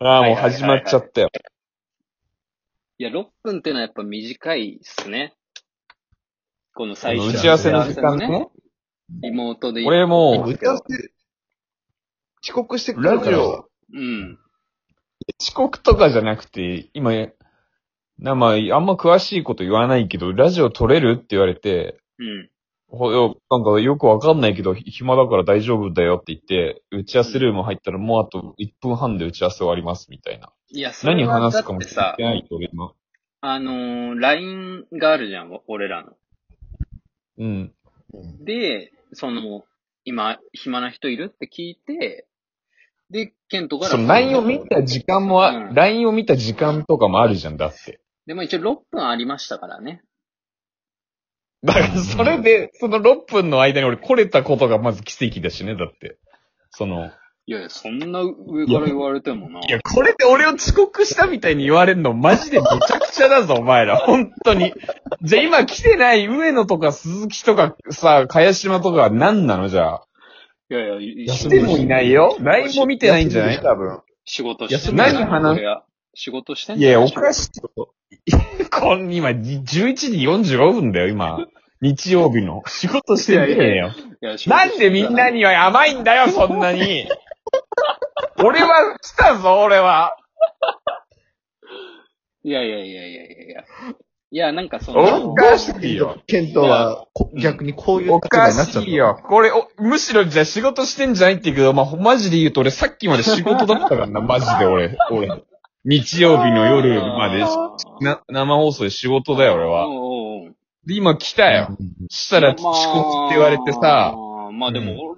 ああ、もうはいはいはいはい始まっちゃったよ。いや、6分ってのはやっぱ短いっすね。このあ最の初打ち合わせの時間ね。。リモートで。俺もう打ち合わせ、遅刻してくるラジオ。うん。遅刻とかじゃなくて、今、な、まあ、あんま詳しいこと言わないけど、ラジオ撮れるって言われて、うん。ほよ、なんかよくわかんないけど、ひ暇だから大丈夫だよって言って、打ち合わせルーム入ったらもうあと1分半で打ち合わせ終わりますみたいな。いや、それ何は話だすかっもて聞いさて、ないと、俺今。あのー、LINE があるじゃん、俺らの。うん。うんで、その、今、暇な人いるって聞いて、で、ケントから。その LINE を見た時間もあ、うん LINE を見た時間とかもあるじゃん、だって。でも一応6分ありましたからね。だから、それで、その6分の間に俺来れたことがまず奇跡だしね、だって。その、いやいや、そんな上から言われてもな。いや、これで俺を遅刻したみたいに言われんの、マジでめちゃくちゃだぞ、お 前ら。本当に。じゃあ今来てない上野とか鈴木とかさ、茅島とかは何なのじゃあ。いやいや、来てもいないよ。LINE も見てないんじゃな休みでしいょ多分。仕事してんいやだそんな話俺は仕事してんいだや、よおかしい。 こん今、11時45分だよ、今。日曜日の。仕事してねえよ。いや仕事なんでみんなには甘いんだよ、そんなに。俺は来たぞ、俺は。いやいやいやいやいやいや。いや、なんかそおの、かしいよ。ケントは、こ逆にこういうお立場かになっちゃしった。いよ。これ、おむしろじゃあ仕事してんじゃないって言うけど、まあ、ほマジで言うと俺さっきまで仕事だったからな、マジで 俺。俺。日曜日の夜まで、な生放送で仕事だよ、俺は。おうおうおうで、今来たよ。うんしたら遅まあ刻って言われてさ、まあでもうん俺も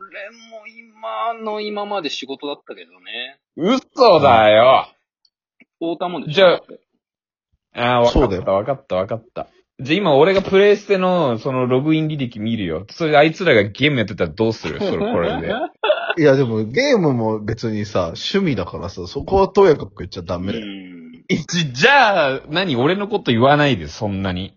今の今まで仕事だったけどね。嘘だよ。太田もでしょじゃあああ、わかそっうだよた、わかった、わかった。じゃあ今俺がプレイステの、そのログイン履歴見るよ。それであいつらがゲームやってたらどうするそれ、これ で。いや、でもゲームも別にさ、趣味だからさ、そこはとやかく言っちゃダうメだよ。ん。じ、じゃあ、何俺のこと言わないで、そんなに。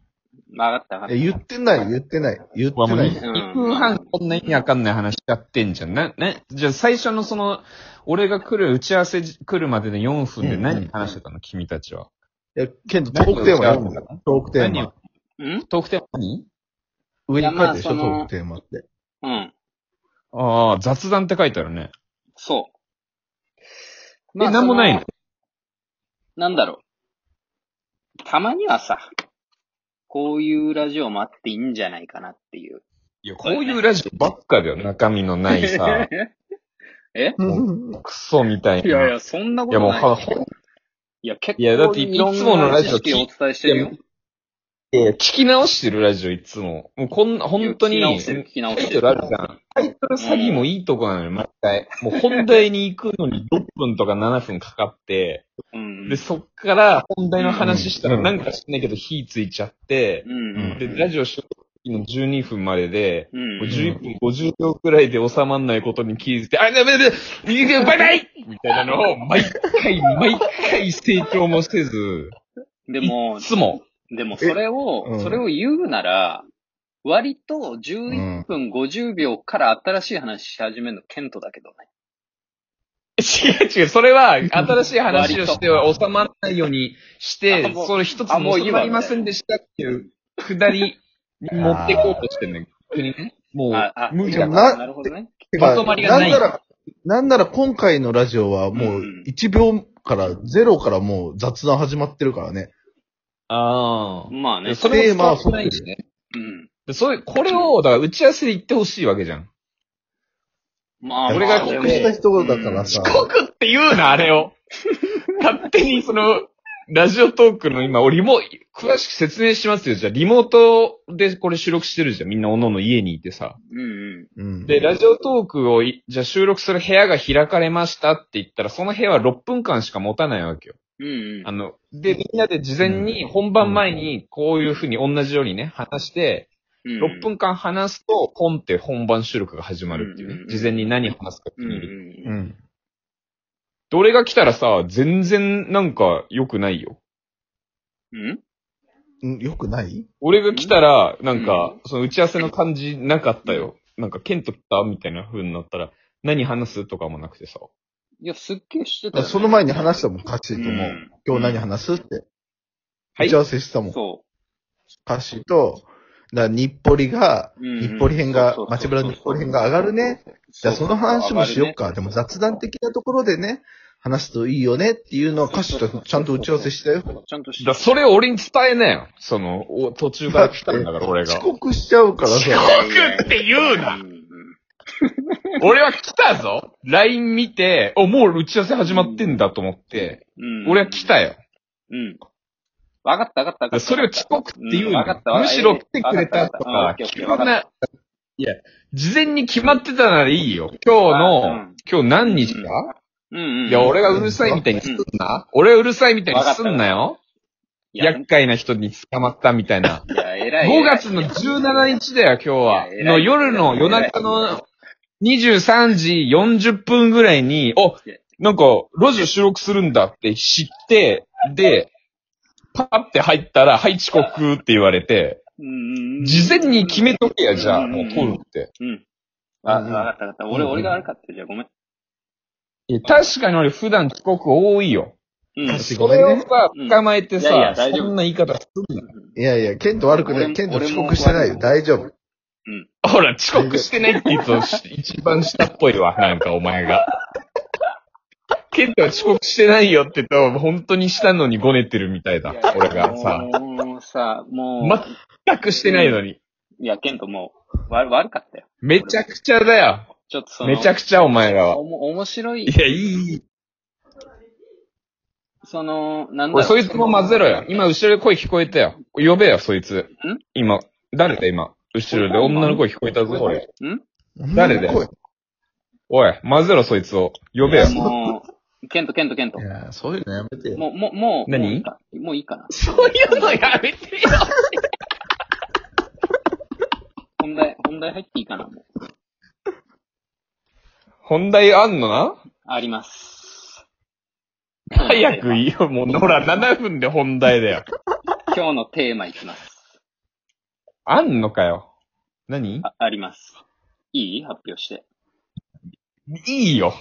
わかったわかえっ言ってない、言ってない。言ってわ、もうなにい。うん1分半こんな意味わかんない話しちゃってんじゃん。な、な、じゃあ最初のその、俺が来る、打ち合わせじ来るまでの4分でうんう何ん話してたの君たちは。いや、ケント、トークテーマやるんだよ。トークテー何をマ。た。うんトークテーマに上に書いてるでしょ、いやまあそトのークテーマって。うん。ああ、雑談って書いてあるね。そう。え、なんもないのなんだろう。たまにはさ、こういうラジオもあっていいんじゃないかなっていう。いや、こういうラジオばっかだよ。中身のない さ、えクソみたいな。いやいや、そんなこといない。やもうほほいや、結構いやだっていいろんつものなラジオ知識をお伝えしてるよ。えー聞き直してるラジオいつも。もうこんな、本当に、いや聞き直しタイトてる聞き直してる。ルあるじゃん。タイトル詐欺もいいとこなのよ、毎回。もう本題に行くのに6分とか7分かかって、うん。で、そっから本題の話したうらんなんか知んないけど火ついちゃってう、ん。で、ラジオ収録の12分までで、うん。うん。 11分50秒くらいで収まんないことに気づいて、あ、やべやべ、いやバイバイみたいなのを毎回、毎回成長もせ ず、でいも、つも、でもそれえうを、んそれを言うなら、割と11分50秒から新しい話し始めるのケントだけどね。違う違う、それは、新しい話をしては収まらないようにしあて、もうその一つあももういい収わまりませんでしたっていう、くだりに持っていこうとしてんね。逆にね。もあ、あ、う、無理でだもから。なるほどね。てかまとまりがないんなら、なんなら今回のラジオはもううん1秒から、0からもう雑談始まってるからね。あまあねあ。。それも伝わってないしね。うん。でそういう、これを、だから打ち合わせで言ってほしいわけじゃん。まあ、俺がでも告知した人だからさ遅刻って言うな、あれ を。勝手にその、ラジオトークの今、俺も、詳しく説明しますよ。じゃあ、リモートでこれ収録してるじゃん。みんなおのの家にいてさ。うんうん。うん。で、ラジオトークをい、じゃあ収録する部屋が開かれましたって言ったら、その部屋は6分間しか持たないわけよ。うんうん。あの、で、みんなで事前に、本番前に、こういうふうに同じようにね、話して、うん6分間話すと、ポンって本番収録が始まるっていううね。ん事前に何話すか決うんうめんる。う。うんん。どれが来たらさ、全然なんか良くないよ。うんうんよくない俺が来たら、なんかう、その打ち合わせの感じなかったよ。なんか、ケント来たみたいな風になったら、何話すとかもなくてさ。いや、すっげえしてただかよ、らね。その前に話したもん、カチーとも、うん今日何話すって。はい打ち合わせしてたもん。そカシーと、だから日暮里が、う。うんうん日暮里編がそう、そうそ街うブラの日暮里編が上がるね。じゃあその話もしよっか。でも雑談的なところでね、話すといいよねっていうのは歌詞とちゃんと打ち合わせしたよ。ちゃんとしだそれを俺に伝えなよ。その、お途中から来たんだから俺が遅。刻しちゃうからさ。僕って言うなうんうん俺は来たぞ !LINE 見て、お、もう打ち合わせ始まってんだと思って、うん俺は来たよ。うん。わかったわかったわかった。それを遅刻って言うなわかよったわかむったしろ来てくれたとかわかったわかったうんオッケーオッ、ケ急ーわかったな、いや、事前に決まってたならいいよ。今日うのん、今日何日だうんうん。いや、俺がうるさいみたいにすんな。俺がうるさいみたいにすんなよ。いや、厄介な人に捕まったみたいな。いや、偉い。 5月の17日だよ、今日は。いや偉いの夜の夜中の23時40分ぐらいに、お、なんか、路地収録するんだって知って、で、パッて入ったら、はい、遅刻って言われて、うん。事前に決めとけや、じゃあ、もう撮るって。うん。ああ、わかったわかった。俺、うんうん俺が悪かった。じゃあごめん。いや確かに俺普段遅刻多いよ。うん。確それをさ、うん捕まえていやいやさ、大丈夫そんな言い方すんな。いやいや、ケント悪くない。ケント遅刻してないよ。大丈夫。ほら、遅刻してないって言うと、し一番下っぽいわ、 なんかお前が。ケントは遅刻してないよって言うと、本当にしたのにごねてるみたいだいや、俺がさ。。もうさ、もう。全くしてないのに。いや、ケントもう、わ悪かったよ。めちゃくちゃだよ。ちょっとその、めちゃくちゃお前らおは。も面白いい、や、いいいい。その、なんだ俺、ろそいつも混ぜろよ。今、後ろで声聞こえたよ。呼べよ、そいつ。ん今、誰だ、今。後ろで女の声聞こえたぞ、俺。ん誰だよ声おい、混ぜろ、そいつを。呼べよ。もう、ケント、ケント、ケントい。や、そういうのやめてよ。もう、もう、もう、何もういいかもういいかな。そういうのやめてよ。本題、本題入っていいかな、もう。本題あんのなあります。早くいいよ、もう、ほら、7分で本題だよ。今日のテーマいきます。あんのかよ。何あ、あります。いい発表して。いいよ。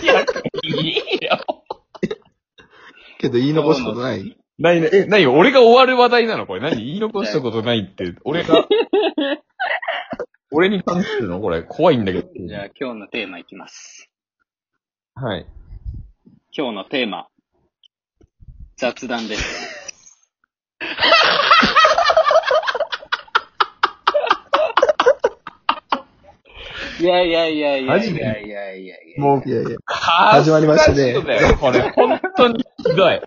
早くいいよ。けど言い残すことない何、え、何俺が終わる話題なのこれ。何言い残したことないって、俺が。俺に関するのこれ。怖いんだけど。じゃあ今日のテーマいきます。はい。今日のテーマ。雑談です。いやいやいやいやいやいやいやいや。もうい、やいや。始まりましたねこれ、本当にひどい。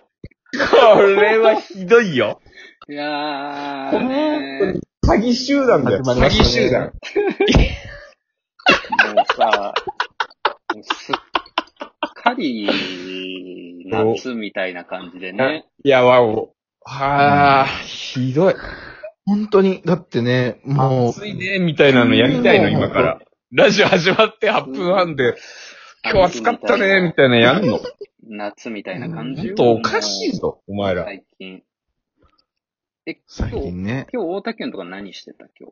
これはひどいよ。いやーね詐欺集団だよ。始まりま詐欺したね集団。もうさ、もうすっかり夏みたいな感じでね。いや、わお。はあ、ひどい。本当に、だってね、もう、暑いね、みたいなのやりたいの、今から。ラジオ始まって8分半で、今日暑かったね、みたいなやんの。ほ夏みたいな感じんとおかしいぞ、お前ら。最近。え、今最日、今近ね、日大田県とか何してた今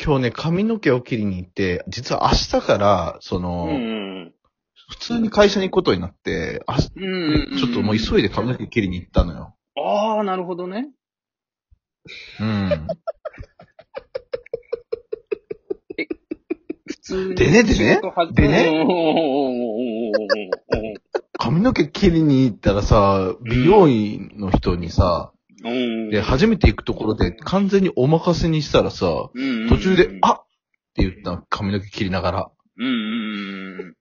今日ね、髪の毛を切りに行って、実は明日から、そ日。の、うん普通に会社に行くことになって、あちうんうん。ょっともう急いいで髪の毛切りに行ったのよ。ああ、なるほどね。うん。普通に。でねでね仕事はでねおーおーおーおーおー髪の毛切りに行ったらさ、美容院の人にさ、おーおーで、初めて行くところで完全にお任せにしたらさ、うんうんうん途中で、あっって言ったの髪の毛切りながら。っうんうんうん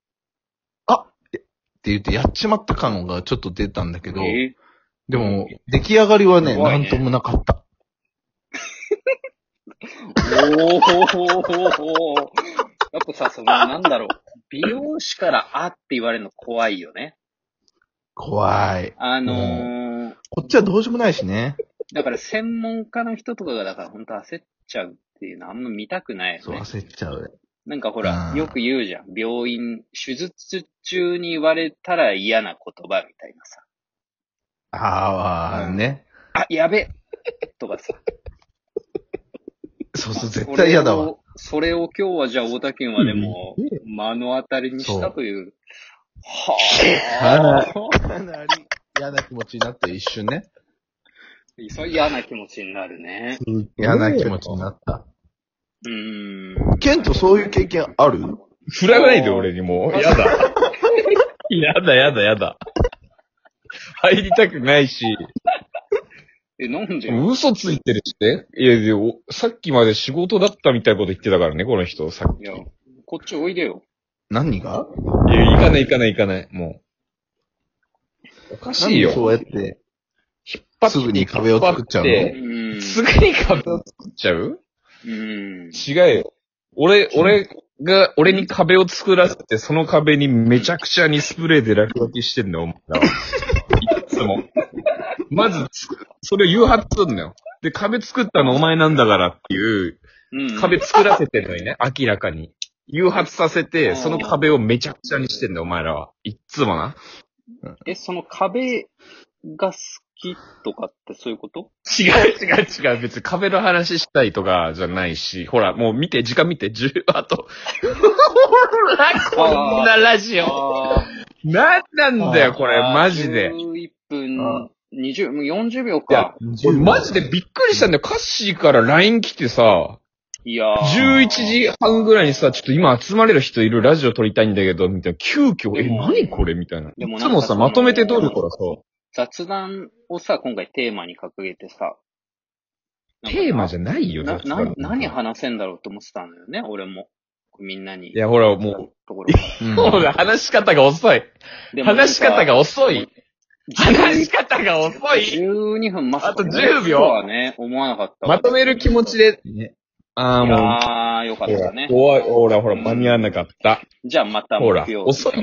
て言って、やっちまった感がちょっと出たんだけうん。ど、えでも、出来上がりはね、すごいなねんともなかった。おおやっぱさ、その、なんだろう。美容師からあって言われるの怖いよね。怖い。あのー、こっちはどうしようもないしね。だから専門家の人とかが、だから本当焦っちゃうっていうのあんま見たくないよそう、ね。焦っちゃうね。なんかほらう、んよく言うじゃん。病院、手術中に言われたら嫌な言葉みたいなさ。あーあー、ね。 あ、やべとかさ。そうそう、絶対嫌だわ。それを。それを今日はじゃあ、大田県はでも、目の当たりにしたという。は ぁ、かなり嫌な気持ちになって一瞬ね。そう嫌な気持ちになるね。嫌な気持ちになった。うーん。ケントそういう経験ある振らないで、俺にもう。やだ。やだ、やだ、やだ。入りたくないし、え、なんでよ嘘ついてるしね。いや、でも、さっきまで仕事だったみたいなこと言ってたからね、この人。さっいや、こっちおいでよ。何がき。いや、行かない、行かない、行かない。もう。おかしいよなんで。そうやって、引っ張ってすぐに壁を作っちゃうの引っ張うってーん。すぐに壁を作っちゃううーん。違うよ。俺、俺が、俺に壁を作らせて、その壁にめちゃくちゃにスプレーで落書きしてんだよ、お前らは。いつも。まずつく、それを誘発すんのよ。で、壁作ったのお前なんだからっていう、うん。壁作らせてんのにね、明らかに。誘発させて、その壁をめちゃくちゃにしてんだよ、お前らは。いっつもな。え、その壁が好きとかってそういうこと違う違う違う。別に壁の話したいとかじゃないし、ほら、もう見て、時間見て、10、あと。ほら、こんなラジオ。あなんなんだよ、これ、あマジで。 11分あ20、もう40秒いやか。、俺マジでびっくりしたんだよ。カッシーから LINE 来てさ、いやー。 11時半ぐらいにさ、ちょっと今集まれる人いるラジオ撮りたいんだけど、みたいな。急遽、でえ、も何これみたいな。いでもつなんかもさ、そのまとめて撮るからさ、雑談をさ、今回テーマに掲げてさ。テーマゃじゃないよ、な、雑な談、何い話せんだろうと思ってたんだよね、俺も。みんなに。や、ほら、もところかう、ほら、話し方が遅い。ら。でも話し方が遅い。話話し方が遅い。 12分まさかあと10秒とはね、思わなかったわ。まとめる気持ちで、ね。ああ、もうああ、よかっほたらね、。怖い、ほら、ほら、間に合わなかった。じゃあまたほら木、曜日遅い